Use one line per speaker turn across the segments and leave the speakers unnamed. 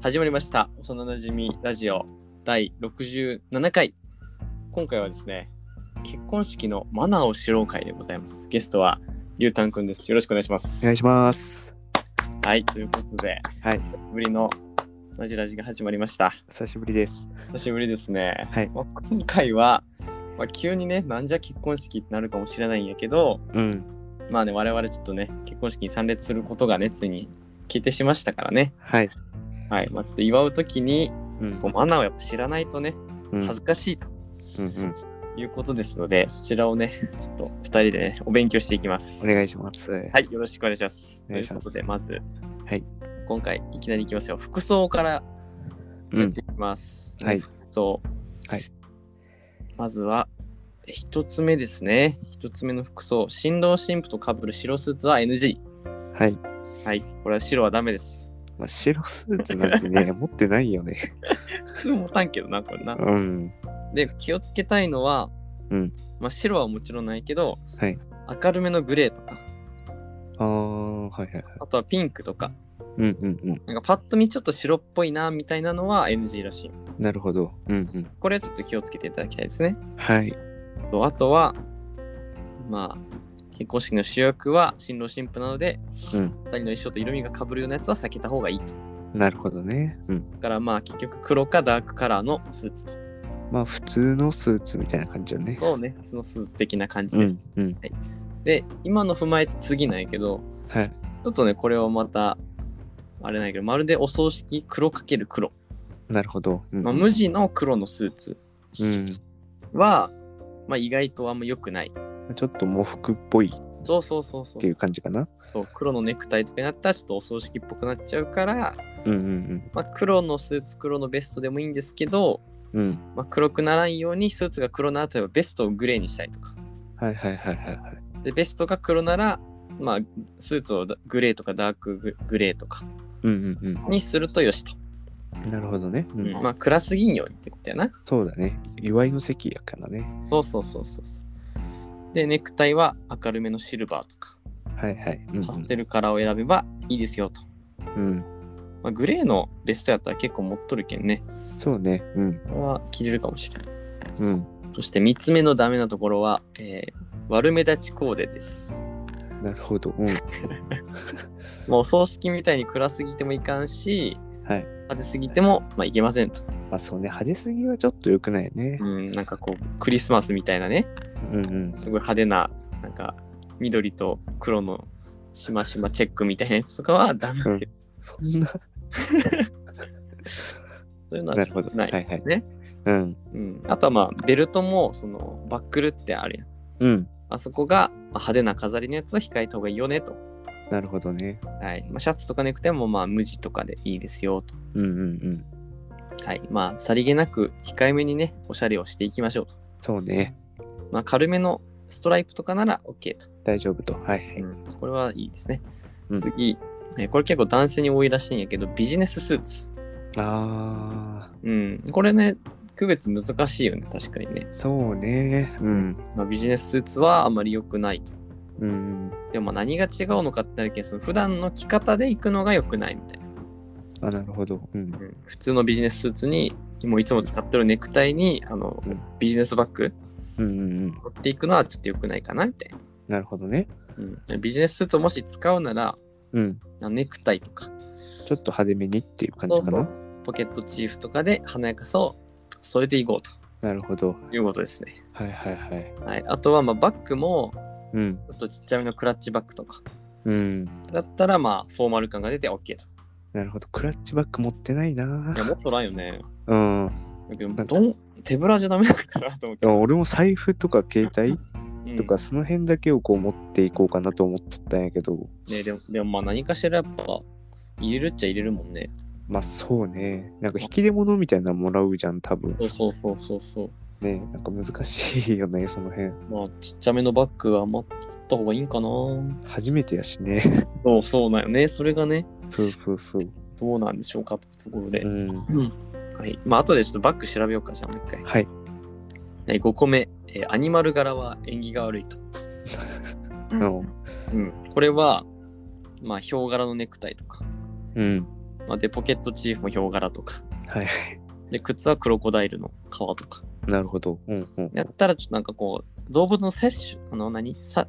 始まりました幼なじみラジオ第67回今回はですね結婚式のマナーを知ろう会でございますゲストはゆうたんくんですよろしくお願いします
お願いします。
はいということで
はい、
久しぶりのラジラジが始まりました
久しぶりです。
久しぶりですね、
はい
まあ今回は、まあ、急にねなんじゃ結婚式ってなるかもしれないんやけど
うん、
まあね我々ちょっとね結婚式に参列することがねついに決定しましたからね
はい、
はいまあちょっと祝う時に
うん
こうマナーをやっぱ知らないとね
うん、
恥ずかしいと
うん、うん、
いうことですので、そちらをね、 ちょっと2人で、ね、お勉強していきます。
お願いします。はい、
はい、よろしくお願いします。
お願いします
ということで、まず、
はい
今回いきなりいきますよ。服装から
う
やっ
ん
て、いきます。
はい
服装。
はい。
まずは、一つ目ですね。一つ目の服装。新郎新婦と被る白スーツは NG。
はい、
はい、これは白はダメです。
まあ、白スーツなんてね、 持ってないよね。
普通持たんけどな、これな。
うん、
で、気をつけたいのは、
うん
まあ、白はもちろんないけど、
はい
明るめのグレーとか、
ああ、はい、はい、はい、
あとはピンクとか、
うん、うん、
なんかパッと見ちょっと白っぽいなみたいなのは NG らしい。
うん、なるほど。うん、うん、
これはちょっと気をつけていただきたいですね。
はい、
とあとは、まあ、結婚式の主役は新郎新婦なので、
うん、
2人の衣装と色味が被るようなやつは避けた方がいいと。
なるほどね。うん、
だからまあ結局黒かダークカラーのスーツと。
まあ、普通のスーツみたいな感じよね。
そうね、そのスーツ的な感じ
う
です。
ん、うん、
で、今の踏まえて次なんやけど、
はい、
ちょっとね、これをまた、あれなんやけど、まるでお葬式黒かける黒。
なるほど。うん、
まあ、無地の黒のスーツ
うん、
は、まあ意外とあんま良くない。
ちょっと喪服っぽいっ
そうそうそうそう
てい。う感じかな。
そう黒のネクタイとかになったらちょっとお葬式っぽくなっちゃうから、
うん、うん、
まあ、黒のスーツ黒のベストでもいいんですけど、
うん、うん、
まあ、黒くならんようにスーツが黒なら例えばベストをグレーにしたりとか
はい、はい、はい、はい、はい。
でベストが黒なら、まあ、スーツをグレーとかダークググレーとか
うん、うん、
にするとよしと、
うん、なるほどね。うん、
まあ、暗すぎんようにってことやな
そうだね。祝いの席やからね。
そうそうそうそうそうでネクタイは明るめのシルバーとか
はいはい。うんうん
パステルカラーを選べばいいですよと、
うん。
まあ、グレーのベストやったら結構持っとるけんね
そうね。うん。
これは着れるかもしれない
うん。
そして3つ目のダメなところは、えー悪目立ちコーデです。
なる ほど。うん。
もうお葬式みたいに暗すぎてもいかんし、
はい。
派手すぎても、まあ、いけませんと。
まあそうね。派手すぎはちょっと良くないよね
う。ん、なんかこう、クリスマスみたいなね、
うんうん。
すごい派手な、なんか緑と黒のしましまチェックみたいなやつとかはダメですよ。
そんな。
そういうのはちょっとない
なる
で
ほ
すね。
うん。
うん、あとはまあ、ベルトも、その、バックルってあるやん。
うん。
あそこがまあ派手な飾りのやつは控えた方がいいよねと。
なるほどね。
はい。まあ、シャツとかネクタイもまあ無地とかでいいですよと。
うんうんうん。
はい、まあさりげなく控えめにねおしゃれをしていきましょうと、
そうね。
まあ、軽めのストライプとかなら OK と、
大丈夫と。はいはい。
これはいいですね、
うん
次えーこれ結構男性に多いらしいんやけどビジネススーツ、
ああ。
うん、これね区別難しいよね確かにね、
そうね。うん。
まあ、ビジネススーツはあまり良くないと
うん。
でもまあ何が違うのかってなるけどその普段の着方で行くのが良くないみたいな、
あ、なるほど。うん。
うん普通のビジネススーツにもういつも使ってるネクタイにあの
うん
ビジネスバッグ
うんうんうん。
持っていくのはちょっと良くないかなみたいな
なるほどね。
うん、ビジネススーツをもし使うなら
うん。
あのネクタイとか
ちょっと派手めにっていう感じか
そう
な。
そうポケットチーフとかで華やかさを添えていこうと
なるほど。
いうことですね、
はいはいはい。
はい、あとはまあバッグも
うん。
ちょっとちっちゃめのクラッチバッグとか
うん。
だったらまあフォーマル感が出て OK と
なるほど。クラッチバッグ持ってないない
やもっとないよね
うん。
だけどどん手ぶらじゃダメなのかなと思うけ
で
ど、
も俺も財布とか携帯
うん
とかその辺だけをこう持っていこうかなと思ってたんやけど、
ね、でもでもまあ何かしらやっぱ入れるっちゃ入れるもんね
まあそうねなんか引き出物みたいなのもらうじゃん多分
そうそうそうそうそう
ねなんか難しいよねその辺
まあちっちゃめのバッグは持った方がいいんかな
初めてやし ね
そうそうだよねそれがね
そうそうそう
どうなんでしょうかというところで、
うん
はい。まあ、後でちょっとバッグ調べようか、じゃあもう一回。
はい
え5個目、えーアニマル柄は縁起が悪 いと。
うん
うんこれは、まあ、ヒョウ柄のネクタイとか、
うん
まあ、で、ポケットチーフもヒョウ柄とか。
はいは
で、靴はクロコダイルの皮とか。
い。なるほど。うんうん。
やったら、ちょっとなんかこう、動物の摂取、あの何、さ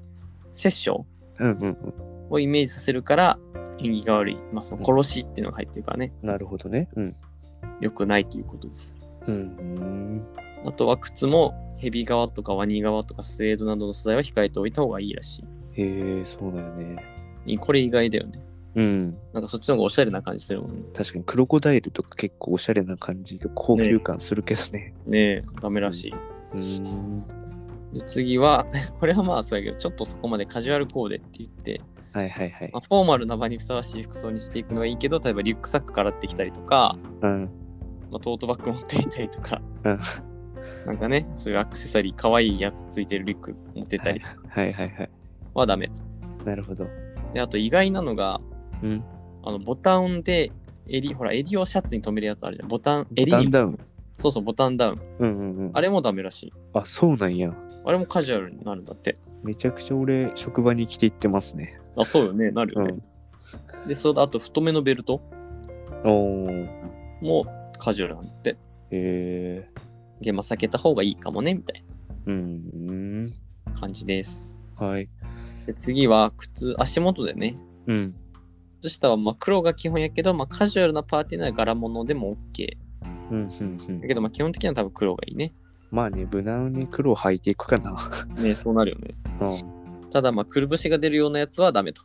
摂取
うんうんうん。
をイメージさせるから、縁起が悪い。まあ、その殺しっていうのが入ってるからね、
なるほどね。うん。
良くないということです。
うん。
あとは靴も、ヘビ側とかワニ側とかスウェードなどの素材は控えておいた方がいいらし
へえ、そうだよね。
い。これ意外だよね。
うん。
なんかそっちの方がおしゃれな感じするもんね。
確かにクロコダイルとか結構おしゃれな感じで高級感するけどね。
ねえ、ダメらしい。
うん。
で次は、これはまあそうやけど、ちょっとそこまでカジュアルコーデって言って、
はいはいはい
まあ、。フォーマルな場にふさわしい服装にしていくのはいいけど、例えばリュックサックからってきたりとか、
うん。
まあ、トートバッグ持っていたりとか、
うん
なんかね、そういうアクセサリー、可愛いやつついてるリュック持ってたりとか
はいはいはい。
はダメと。
なるほど。
で、あと意外なのが、
うん。
あのボタンで襟、ほら、襟をシャツに留めるやつあるじゃん。ボタン、
ボ
襟
タ
に
ン。ダウン。
そうそう、ボタンダウン。
うんうんうん。
あれもダメらしい。
あ、そうなんや。
あれもカジュアルになるんだって。
めちゃくちゃ俺、職場に着ていってますね。
あ、そうよね、なるよね。で、それであと太めのベルト
おー。
もカジュアルなんだって。
へえ。
で、まあ避けた方がいいかもね、みたい
うん。
な感じです。
はい。
で、次は靴、足元でね。
うん。
靴下はまあ黒が基本やけど、まあ、カジュアルなパーティーなら柄物でも OK。
うんうんうん
だ。けど、まあ、基本的には多分黒がいいね。
まあね、無難に黒を履いていくかな。
ねそうなるよね。
うん。
ただ、まあ、くるぶしが出るようなやつはダメと。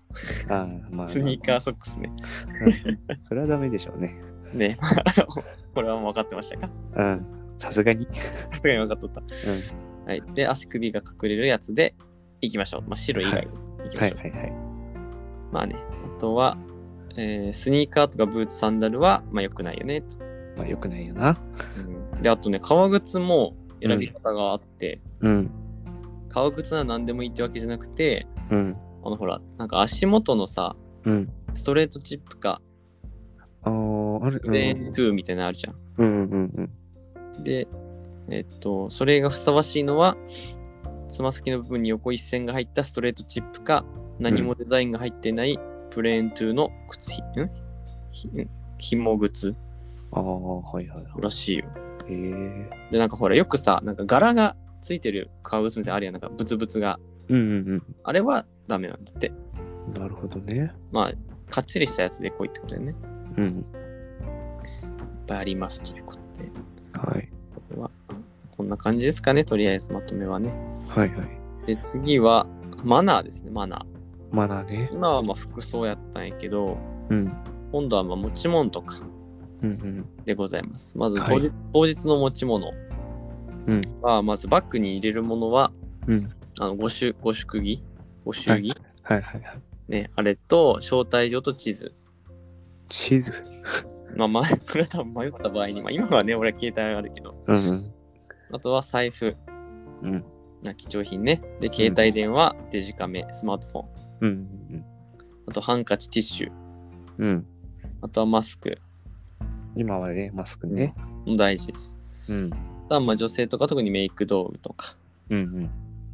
ああ、まあ。
スニーカーソックスね。
ー。それはダメでしょうね。
ね これはもう分かってましたか
うん。さすがに。
さすがに分かっとった。はい。で、足首が隠れるやつでいきましょう。まあ、白以外でいきま
は
し
い
ょう。
はいはい。
まあね、あとは、えースニーカーとかブーツ、サンダルは、まあ、良くないよね、と。
まあ、よくないよな。
で、あとね、革靴も選び方があって、
うん。
革靴なら何でもいいってわけじゃなくて、
うん。
あのほら、なんか足元のさ、
うん。
ストレートチップか、
ああ、あれ、
プレーントゥーみたいなのあるじゃん。
うんうんうん
で、えっと、それがふさわしいのは、つま先の部分に横一線が入ったストレートチップか、何もデザインが入ってないプレーントゥーの靴ひ、んひん紐靴
ああ、はいはいは
らしいよ。
い。へえ。
で、なんかほら、よくさ、なんか柄がついてる革靴みたいなのあるやん、なんかブツブツが。
うんうん
あれはダメなんだって。
うん。なるほどね。
まあ、かっちりしたやつで来いってことだよね。いっ
うん。
ぱいありますということで、
はい。
これは、こんな感じですかね、とりあえずまとめはね。
はいはい。
で、次は、マナーですね、マナー。
マナーね。
今はまあ服装やったんやけど、
うん。
今度はまあ持ち物とか
うん
でございます。まず
はい
当日、当日の持ち物
うん。うん。
は、まずバッグに入れるものは、
うん。
あのご祝ご祝儀ご祝儀、
はいはいはい。
ね、あれと、招待状と地図。
チーズ。
まあ、まあ、 これは多分迷った場合に、まあ、今はね、俺は携帯あるけど、
うん
あとは財布、
うん。うん。
な貴重品ね。で、携帯電話、デジカメ、スマートフォン。
うん
あと、ハンカチ、ティッシュ。
うん。うん。
あとはマスク。
今はね、マスクね。
も大事です。
うん。
あとはまあ女性とか特にメイク道具とか。
うんうん。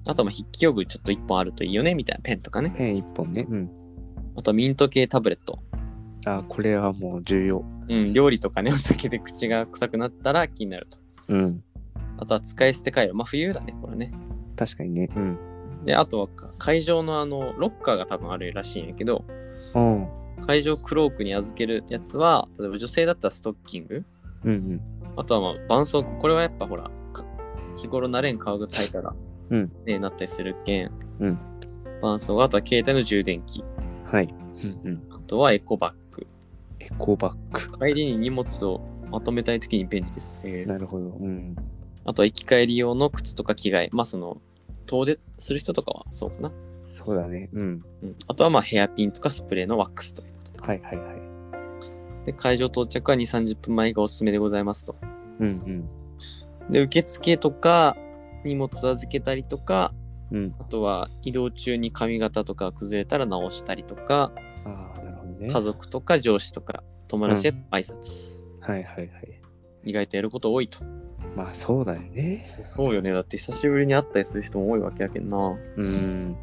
あとはまあ筆記用具ちょっと一本あるといいよね、みたいなペンとかね。
ペン一本ね。うん。
あとはミント系タブレット。
あ、これはもう重要。
うん、料理とかね、 お酒で口が臭くなったら気になると。
うん。
あとは使い捨て回路。まあ冬だね、これね。
確かにね。うん。
で、あとはか会場のあの、ロッカーが多分あるらしいんやけど、
うん。
会場クロークに預けるやつは、例えば女性だったらストッキング
うん
あとはまあ絆創膏これはやっぱほらか日頃慣れん革靴履いたら、
うん
ねなったりするけん、
うん
絆創膏あとは携帯の充電器
うん。はい。うんうん。
あとはエコバッグ
エコバッグ。
帰りに荷物をまとめたい時に便利です
なるほど。うん。
あとは行き帰り用の靴とか着替えまあその遠出する人とかはそうかな、
そうだね。うん。
うん、あとはまあヘアピンとかスプレーのワックスということで
はいはいはい。
で会場到着は2 3 0分前がおすすめでございますと
うん
で受付とか荷物預けたりとか
うん。うん。
あとは移動中に髪型とか崩れたら直したりとか
ああ、なるほどね。
家族とか上司とか友達への挨拶、
はいはいはい。
意外とやること多いと
まあそうだよね。
そうよねだって久しぶりに会ったりする人も多いわけやけんな
うん。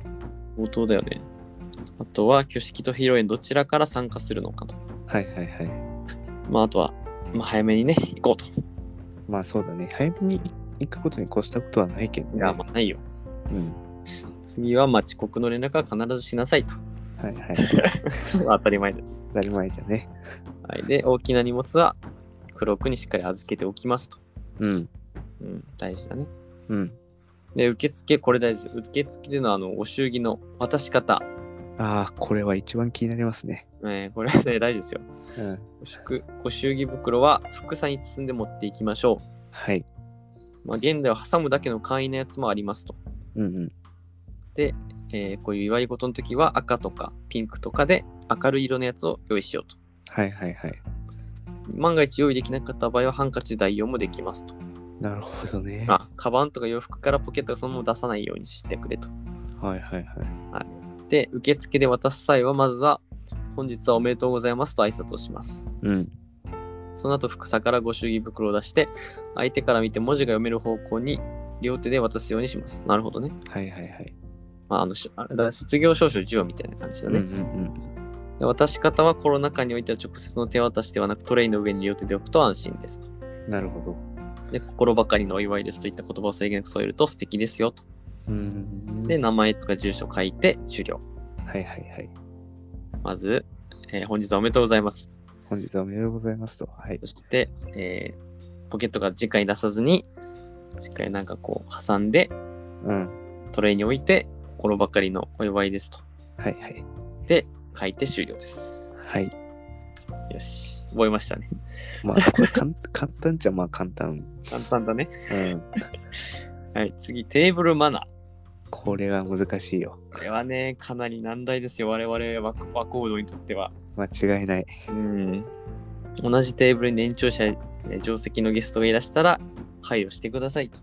冒頭だよねあとは挙式と披露宴どちらから参加するのかと
はいはいはい。
まあ、あとは、まあ、早めにね、行こうと。い
まあそうだね。早めに行くことに越したことはないけどね。
や、まあ、ないよ。
うん。
次は、まあ、遅刻の連絡は必ずしなさいと。
はいはい。
まあ 当たり前です。
当たり前だね。
はい。で、大きな荷物は、黒くにしっかり預けておきますと。
うん。
うん、大事だね。
うん。
で、受付、これ大事です。受付での、あの、ご祝儀の渡し方。
ああ、これは一番気になりますね。
えーこれはね、 大事ですよ。
うん。
ご祝ご祝儀袋は、副菜に包んで持っていきましょ
はい。
う。まあ、現代を挟むだけの簡易なやつもありますと。
うんうん。
で、えーこういう祝い事の時は赤とかピンクとかで明るい色のやつを用意しようと。
はいはいはい。
万が一用意できなかった場合はハンカチ代用もできますと。
なるほどね。
まあ、カバンとか洋服からポケットがそのまま出さないようにしてくれと。
はいはいはい。
で、受付で渡す際は、まずは、本日はおめでとうございますと挨拶をします。
うん。
その後、副さからご祝儀袋を出して、相手から見て文字が読める方向に両手で渡すようにします。なるほどね。
はいはいはい。
まあ、あの、しあれだね卒業証書授与みたいな感じだ
うんう
ね。
ん
で渡し方はコロナ禍においては直接の手渡しではなくトレイの上に両手で置くと安心ですと。
うん。なるほど。
で、心ばかりのお祝いですといった言葉を制限なく添えると素敵ですよと。
うん。
で、名前とか住所書いて終了。
はいはいはい。
まず、えー本日はおめでとうございます。
本日はおめでとうございますと。はい
そ。して、えーポケットから直に出さずに、しっかりなんかこう挟んで
うん。
トレイに置いて心ばかりのお祝いですと。
はいはい。
で、書いて終了です。
はい。
よし。覚えましたね。
まあ、これかん 簡単じゃまあ簡単。うん。
簡単だね。はい、次、テーブルマナー。
これは難しいよ。
これはね、かなり難題ですよ。我々ワコワコードにとっては。
間違いない。
うん。同じテーブルに年長者や定石のゲストがいらしたら、配慮してくださいと。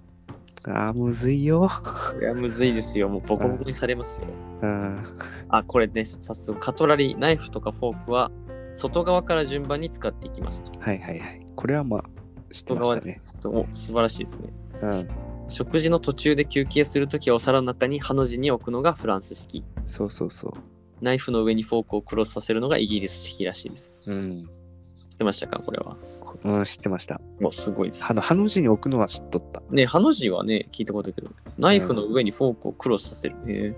ああ、むずいよ。
これはむずいですよ。もうボコボコにされますよ。
うん。
あ、これね、早速、カトラリー、ナイフとかフォークは、外側から順番に使っていきますと。
はいはいはい。これはまあ、知って
外
まし
側
た
で
ね。
ちょっと、お素晴らしいですね。
うん。
食事の途中で休憩するときは、お皿の中にハの字に置くのがフランス式。
そうそうそ
ナイフの上にフォークをクロスさせるのがイギリス式らしいです。
う。うん。
知ってましたかこれは。
こうん、知ってました。
もうすごいです。
あの、ハの字に置くのは知っとった。
ねハの字はね、聞いたことあるけど、ナイフの上にフォークをクロスさせる。へ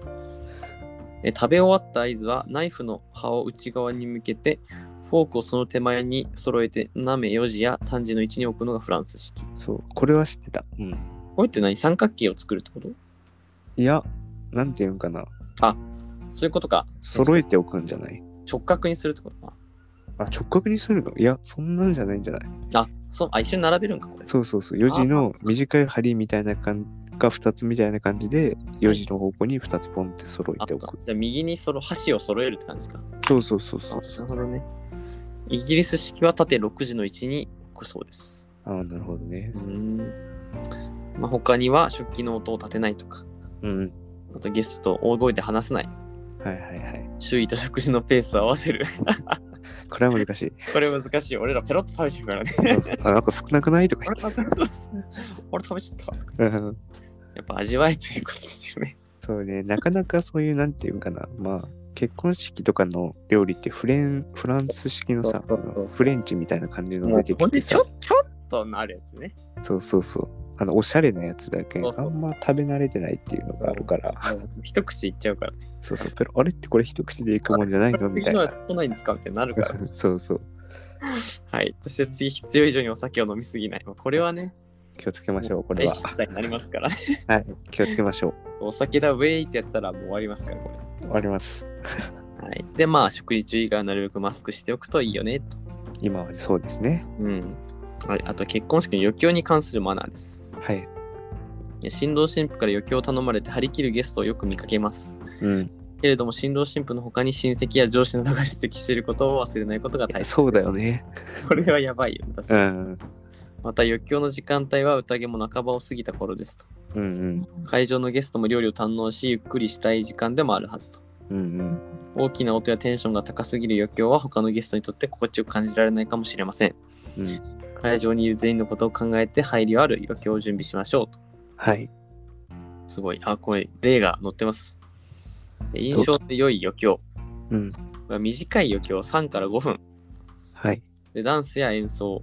ええ食べ終わった合図は、ナイフの刃を内側に向けて、フォークをその手前に揃えて、斜め4時や3時の位置に置くのがフランス式。
そう。これは知ってた。うん。
これって何三角形を作るってこと
いや、なんていうんかな。
そういうことか。
揃えておくんじゃない
直角にするってことか。
あ、直角にするのいや、そんなんじゃないんじゃない
あ、そう、あ、一緒に並べるんか、これ。
そうそうそう。4時の短い針みたいな感が2つみたいな感じで、4時の方向に2つポンって揃え
あ
て
そ
お
うか
く。
じゃあ右にその箸を揃えるって感じか。
そうそうそうそう。
なるほどね。イギリス式は縦6時の位置に置くそうです。
ああ、なるほどね。
まあ、他には食器の音を立てないとか、
うん。
あとゲストと大声で話さない、
はいはいはい。
周囲と食事のペースを合わせる。
これは難しい。
これ難しい。俺らペロッと食べちゃうからね。
あ、なんか少なくないとか
俺食べそうそう 俺食べちゃった。
言って。 うん
やっぱ味わいということですよね。
そうね、なかなかそういう、なんていうかな、まあ、結婚式とかの料理ってフレン、フランス式のさ、
そうそうそう
あのフレンチみたいな感じの
も
出
う
て
ほ
き
ん
て
でち
さ
ょ、ちょっとなるやつね。
そうそうそう。あの、おしゃれなやつだけ
そうそうそう
あんま食べ慣れてないっていうのがあるから、
一口いっちゃうから。
そうそう、ペロあれってこれ一口でいくもんじゃないのみた
次
い
の
な
や。つ来ないんですかってなるから。
そうそう、
はい。そして次、必要以上にお酒を飲みすぎない。まあこれはね、
気をつけましょう、こ
こ
れは。
になりますから。
はい、気をつけましょう。
お酒だ、ウェイってやったらもう終わりますから、これ。
終わります。
はい、でまあ食事中以外はなるべくマスクしておくといいよねと、
今はそうですね。
うんはい、あと結婚式の余興に関するマナーです
はい。
新郎新婦から余興を頼まれて張り切るゲストをよく見かけます
うん。
けれども新郎新婦の他に親戚や上司などが出席していることを忘れないことが大切
そうだよね。
これはやばいよ確
う
かに、
ん。
また余興の時間帯は宴も半ばを過ぎた頃ですと
うんうん。
会場のゲストも料理を堪能しゆっくりしたい時間でもあるはずと
うんうん。
大きな音やテンションが高すぎる余興は他のゲストにとって心地よく感じられないかもしれません
うん。
会場にいる全員のことを考えて配慮ある余興を準備しましょうと。
はい。
すごい。あ、これ、例が載ってます。で印象の良い余興。
うん。
短い余興3から5分。
はい。
で、ダンスや演奏、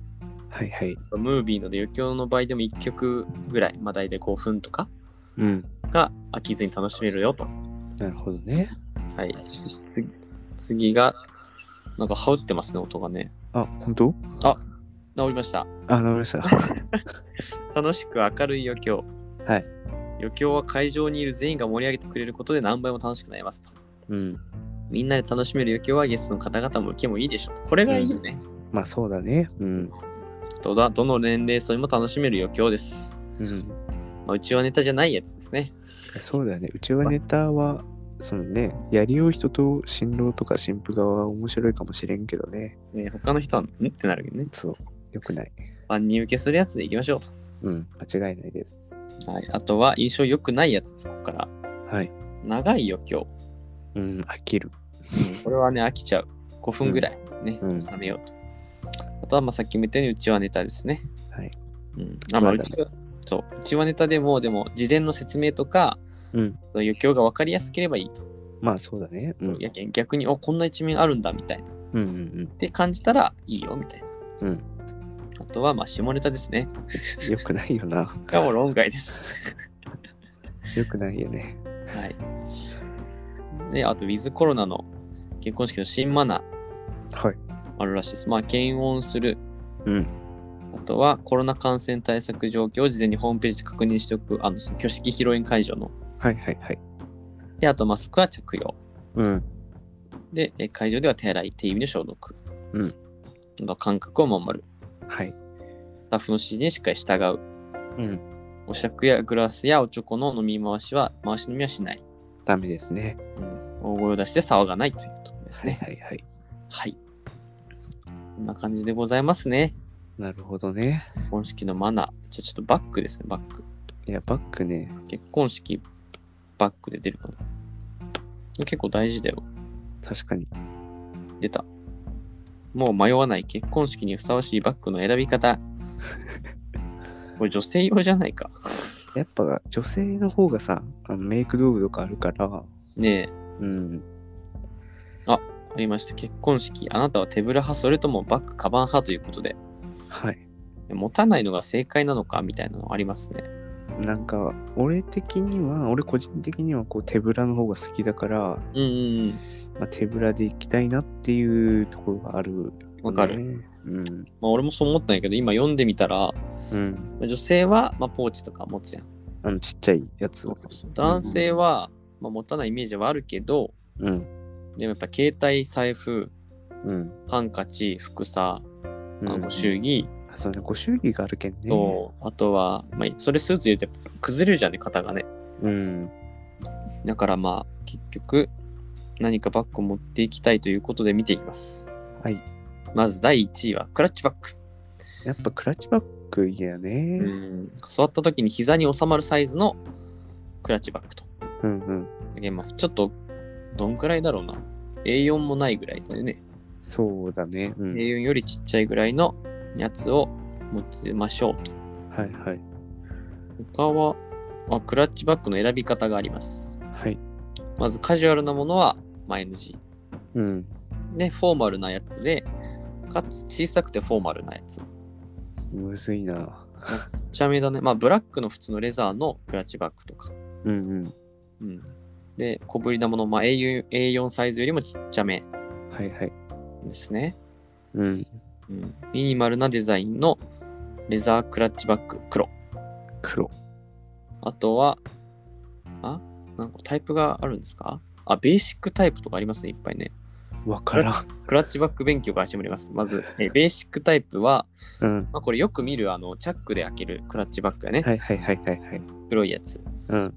はいはい。
ムービーので余興の場合でも1曲ぐらい、まあ大体5分とか
うん。
が飽きずに楽しめるよと。
なるほどね。
はい。そして次次が、なんか羽織ってますね、音がね。
あ、本当
治りました。
あ、なるほどさ。
楽しく明るい余興。
はい。
余興は会場にいる全員が盛り上げてくれることで何倍も楽しくなりますと。
うん。
みんなで楽しめる余興はゲストの方々も受けもいいでしょうと。これがいいよね。
まあそうだね。うん。
どだどの年齢層にも楽しめる余興です。
うん。
まあ、うちはネタじゃないやつですね。
そうだよね。うちはネタは、そのね、やりよう人と新郎とか新婦側は面白いかもしれんけどね。
ね他の人は、んってなるけどね。
そう。よくない。
万人受けするやつでいきましょう
うん。間違いないです。
と。はい。あとは、印象良くないやつです、ここから。
はい。
長い余興。
うん。飽きる。
これはね、飽きちゃう。5分ぐらいね、
うん
冷めようと。あとは、まあ、さっきも言ったように、うちはネタですね。
はい。
うん。あ、まあ、
まだね
うちは、そう、うちはネタでも、でも、事前の説明とか、
うん。
余興が分かりやすければいいと。
まあそうだね。うん。うん
やけん逆に、お、こんな一面あるんだ、みたいな。
うんうん
って感じたらいいよみたいな。
うん。
あとはまあ下ネタですね。
よくないよな。
がもう論外です。
よくないよね。
はい。で、あと、ウィズコロナの結婚式の新マナー
はい。
あるらしいです。まあ、検温する。
うん。
あとは、コロナ感染対策状況を事前にホームページで確認しておく。あの、その挙式披露宴会場の。
はいはいはい。
で、あと、マスクは着用。
うん。
で、え会場では手洗い、手指の消毒。
うん。
あと、間隔を守る。
はい。
スタッフの指示にしっかり従う。
うん。
お酌やグラスやおちょこの飲み回しは、回し飲みはしない。
ダメですね。
大声を出して騒がないということです
はい
ね。
はいはい。
はい。こんな感じでございますね。
なるほどね。
結婚式のマナー。じゃあちょっとバックですね、バック。
いや、バックね。
結婚式、バックで出るかな。結構大事だよ。
確かに。
出た。もう迷わない結婚式にふさわしいバッグの選び 方。これ女性用じゃないか。
やっぱ女性の方がさ、あのメイク道具とかあるから、
ねえ、
うん。
ありました。結婚式、あなたは手ぶら派、それともバッグ、カバン派ということで、
はい。
持たないのが正解なのかみたいなのありますね。
なんか、俺的には、俺個人的にはこう手ぶらの方が好きだから、
うんうんうん。
まあ、手ぶらで行きたいなっていうところがある、
わかる。
うん。
まあ、俺もそう思ったんやけど今読んでみたら
うん。
女性は、まあ、ポーチとか持つやん
あの、ちっちゃいやつを。
男性は、まあ、持たないイメージはあるけど
うん。
でもやっぱ携帯財布
うん。
ハンカチ服装
うん。
あの祝儀
あそうね、ご祝儀があるけんね。
と、あとは、まあ、それスーツ入れて崩れるじゃんね肩がね
うん。
だからまあ結局何かバッグを持っていきたいということで見ていきます
はい
まず第1位はクラッチバッグ
やっぱクラッチバッグいいよね。
うん座った時に膝に収まるサイズのクラッチバッグと
うんうん。
でまあ、ちょっと、どんくらいだろうな。A4 もないぐらいだよね。
そうだね。うん。
A4 よりちっちゃいぐらいのやつを持ちましょうと。
はいはい。
他は、あ、クラッチバッグの選び方があります。
はい。
まず、カジュアルなものは、まあ NG。
うん。
で、フォーマルなやつで、かつ小さくてフォーマルなやつ。
むずいな。
ちなみだね。まあ、ブラックの普通のレザーのクラッチバッグとか。
うん
うん。で、小ぶりなもの、まあ A4, A4 サイズよりもちっちゃめ
うん。はいはい。
ですね。
うん。
うん、ミニマルなデザインのレザークラッチバッグ黒。
黒。
あとは、あなんかタイプがあるんですかあ、ベーシックタイプとかありますね、いっぱいね。
わからん。
クラッチバッグ勉強が始まります。まず、えベーシックタイプは、
うん。
まあ、これよく見るあのチャックで開けるクラッチバッグやね。
はいはいはいはいはい。
黒いやつ。
うん。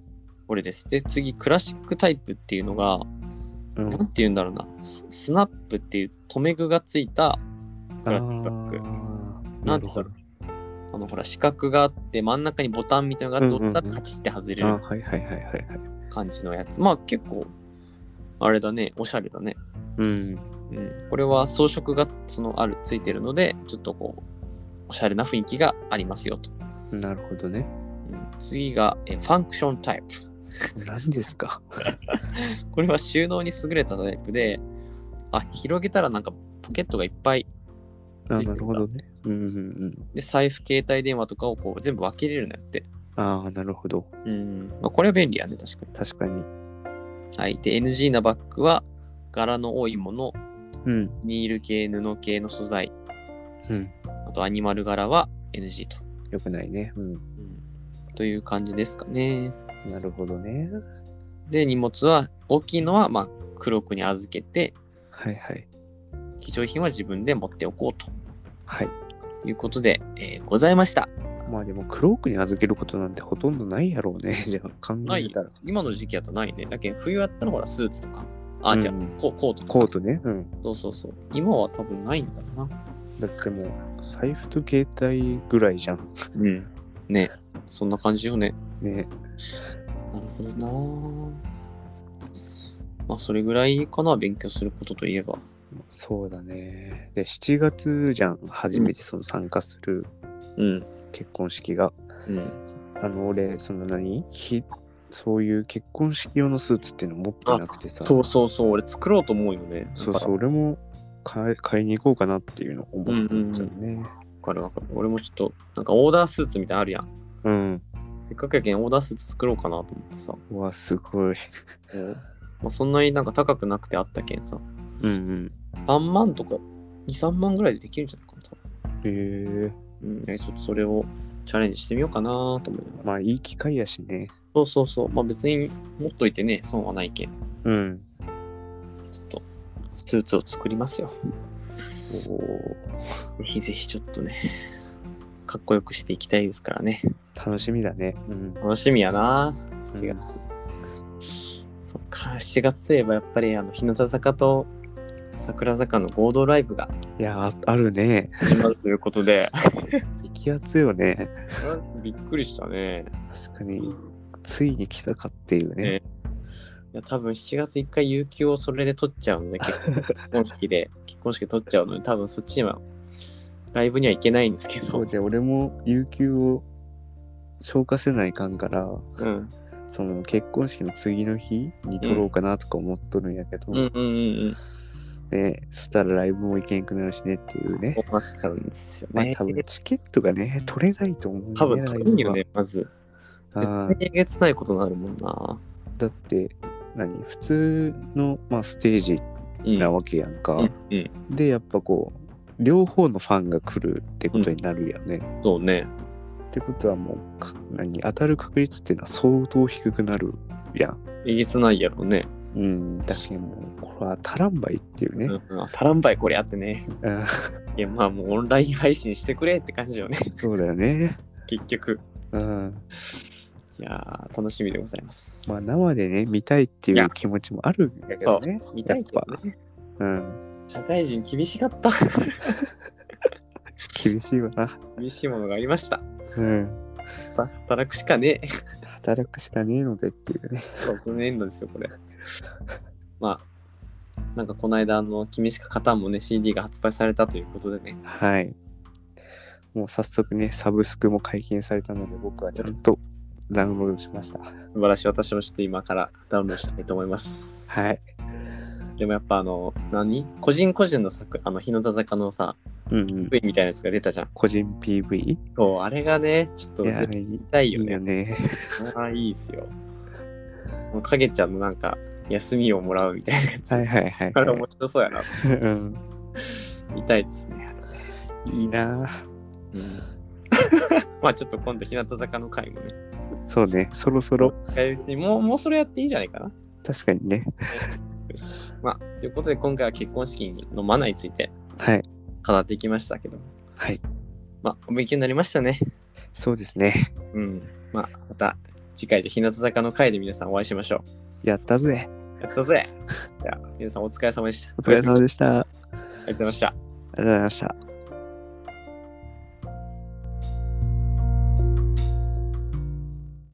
これです。で、次、クラシックタイプっていうのが、
うん
なんて言うんだろうな。ススナップっていう留め具がついたクラッチバッグ。
あー
なんていうかあのほら四角があって真ん中にボタンみたいなのがあって
うんうんうん
折ったらカチッて外れ
あー
る
はいはいはいはいはい。
感じのやつ、まあ結構あれだねおしゃれだね、
うん。
うん、これは装飾がそのあるついてるのでちょっとこうおしゃれな雰囲気がありますよと、
なるほどね。
うん、次がえファンクションタイプ
何ですか
これは収納に優れたタイプであ広げたらなんかポケットがいっぱい
あ
ついて
な
るか
るほどね。うんうんうん。
で、財布、携帯電話とかをこう全部分けれるんだって。
ああ、なるほど。
うん。まあ、これは便利やね、確か
確かに。
に。はい。で、NG なバッグは、柄の多いもの、
うん。
ニール系、布系の素材、
うん。
あとアニマル柄は NG と。
よくないね。うん。
という感じですかね。
なるほどね。
で、荷物は、大きいのは、まあ、黒くに預けて、
はいはい。
貴重品は自分で持っておこうと
はい。
いうことで、えーございました。
まあでも、クロークに預けることなんてほとんどないやろうね。じ ゃあ、考えたら。
今の時期やとないね。だけど冬やったらほらスーツとか、あ、
うん
じゃあココートとか。
コートね。うん。
そうそうそう。今は多分ないんだな。
だってもう、財布と携帯ぐらいじゃん。
うん。ねそんな感じよね。
ね。
なるほどな。まあそれぐらいかな、勉強することといえば。
そうだね。で、7月じゃん。初めてその参加する
うん。
結婚式が。
うん。
あの、俺、その何ひそういう結婚式用のスーツっていうの持ってなくてさ。
そうそうそう。俺作ろうと思うよね。
そうそう、
う。
俺も買い買いに行こうかなっていうのを思ったんだよね。
わかるわかる。俺もちょっと、なんかオーダースーツみたいなのあるやん。
うん。
せっかくやけんオーダースーツ作ろうかなと思ってさ。
うわ、すごい。
まあ、そんなになんか高くなくてあったけんさ。
うんうん。
3万とか2、3万ぐらいでできるんじゃないかなと。
へえ。
うん、えちょっとそれをチャレンジしてみようかなと思いながら。
まあ、いい機会やしね。
そうそうそう。まあ別に持っといてね、損はないけん。
うん。
ちょっとスーツを作りますよ。
おー
ぜひぜひちょっとね、かっこよくしていきたいですからね。
楽しみだね。うん。
楽しみやな7月。そっか、7月といえばやっぱりあの、日向坂と桜坂の合同ライブが
いや、ああるね。
始まるということ で、
激アツよね。
びっくりしたね。
確かに。ついに来たかっていうね。
ねいや多分7月1回有給をそれで取っちゃうので 結婚式で結婚式で取っちゃうので多分そっちにはライブには行けないんですけ
そ
ど
う、で、俺も有給を消化せないかんから、
うん、
その結婚式の次の日に撮ろうかなとか思っとるんやけど、
うんうんうん
ね、そしたらライブも行けんくなるしねっていうね
こ。うなっちゃうんですよ
まあ
ね、
多分チケットがね、取れないと思うんだ
多
よ
分
ね。
取れんよねまず
ライ
絶
ブは。あ
対えげつないことになるもんな
ーだって、何普通の、まあ、ステージ
うん
なわけやんか、
うんうん
で、やっぱこう、両方のファンが来るってことになるよね。
そうね
ってことはもうか、何当たる確率っていうのは相当低くなるやん。
えげつないやろね
うん、だけどもう、これは当たらんばいっていうね。
うんうん、当たらんばいこれやってね
あー
いやまあもうオンライン配信してくれって感じよね
そうだよね。
結局
うん。
いやー楽しみでございます、
まあ、生でね、見たいってい
いや
う気持ちもあるんだけどね。
見たいけどね
うん。
社会人厳しかった
厳しいわな。
厳しいものがありました
うん。
働くしかねえ。
働くしかねえのでっていうね。
6年度ですよ、これ。 まあ、なんかこの間、あの、君しか勝たんもね、CD が発売されたということでね。
はい。もう早速ね、サブスクも解禁されたので、僕はちゃんとダウンロードしました。
素晴らしい。私もちょっと今からダウンロードしたいと思います。
はい。
でもやっぱあの、何個人個人の作、あの、日向坂のさ、
うんうん。
V みたいなやつが出たじゃん。
個人 PV? い
そう、あれがね、ちょっと
や、
絶
いい
対いいよ
いい
ね
よ。ね。
ああ、いいですよ。もうかげちゃんのなんか、休みをもらうみたいなやつ。
はいはいはい、
あれ
は
面白そうやな。
い。うん。
見たいですね。
いいなあ
まあちょっと今度、日向坂の回もね。
そうね、そろそろ、
近いうちにもう、もうそれやっていいんじゃないかな。よ
確かにね。
し。まあ、ということで、今回は結婚式のマナーについて
はい。
語っていきましたけど、
はい。
まあ、お勉強になりましたね。
そうですね。
うん。まあ、また次回、じゃあ日向坂の回で皆さんお会いしましょ
やったぜ。
う。やったぜじゃあ、皆さんお疲れ様でした。
お疲れ様でした。あり
ありがとうございました。
がとうございました。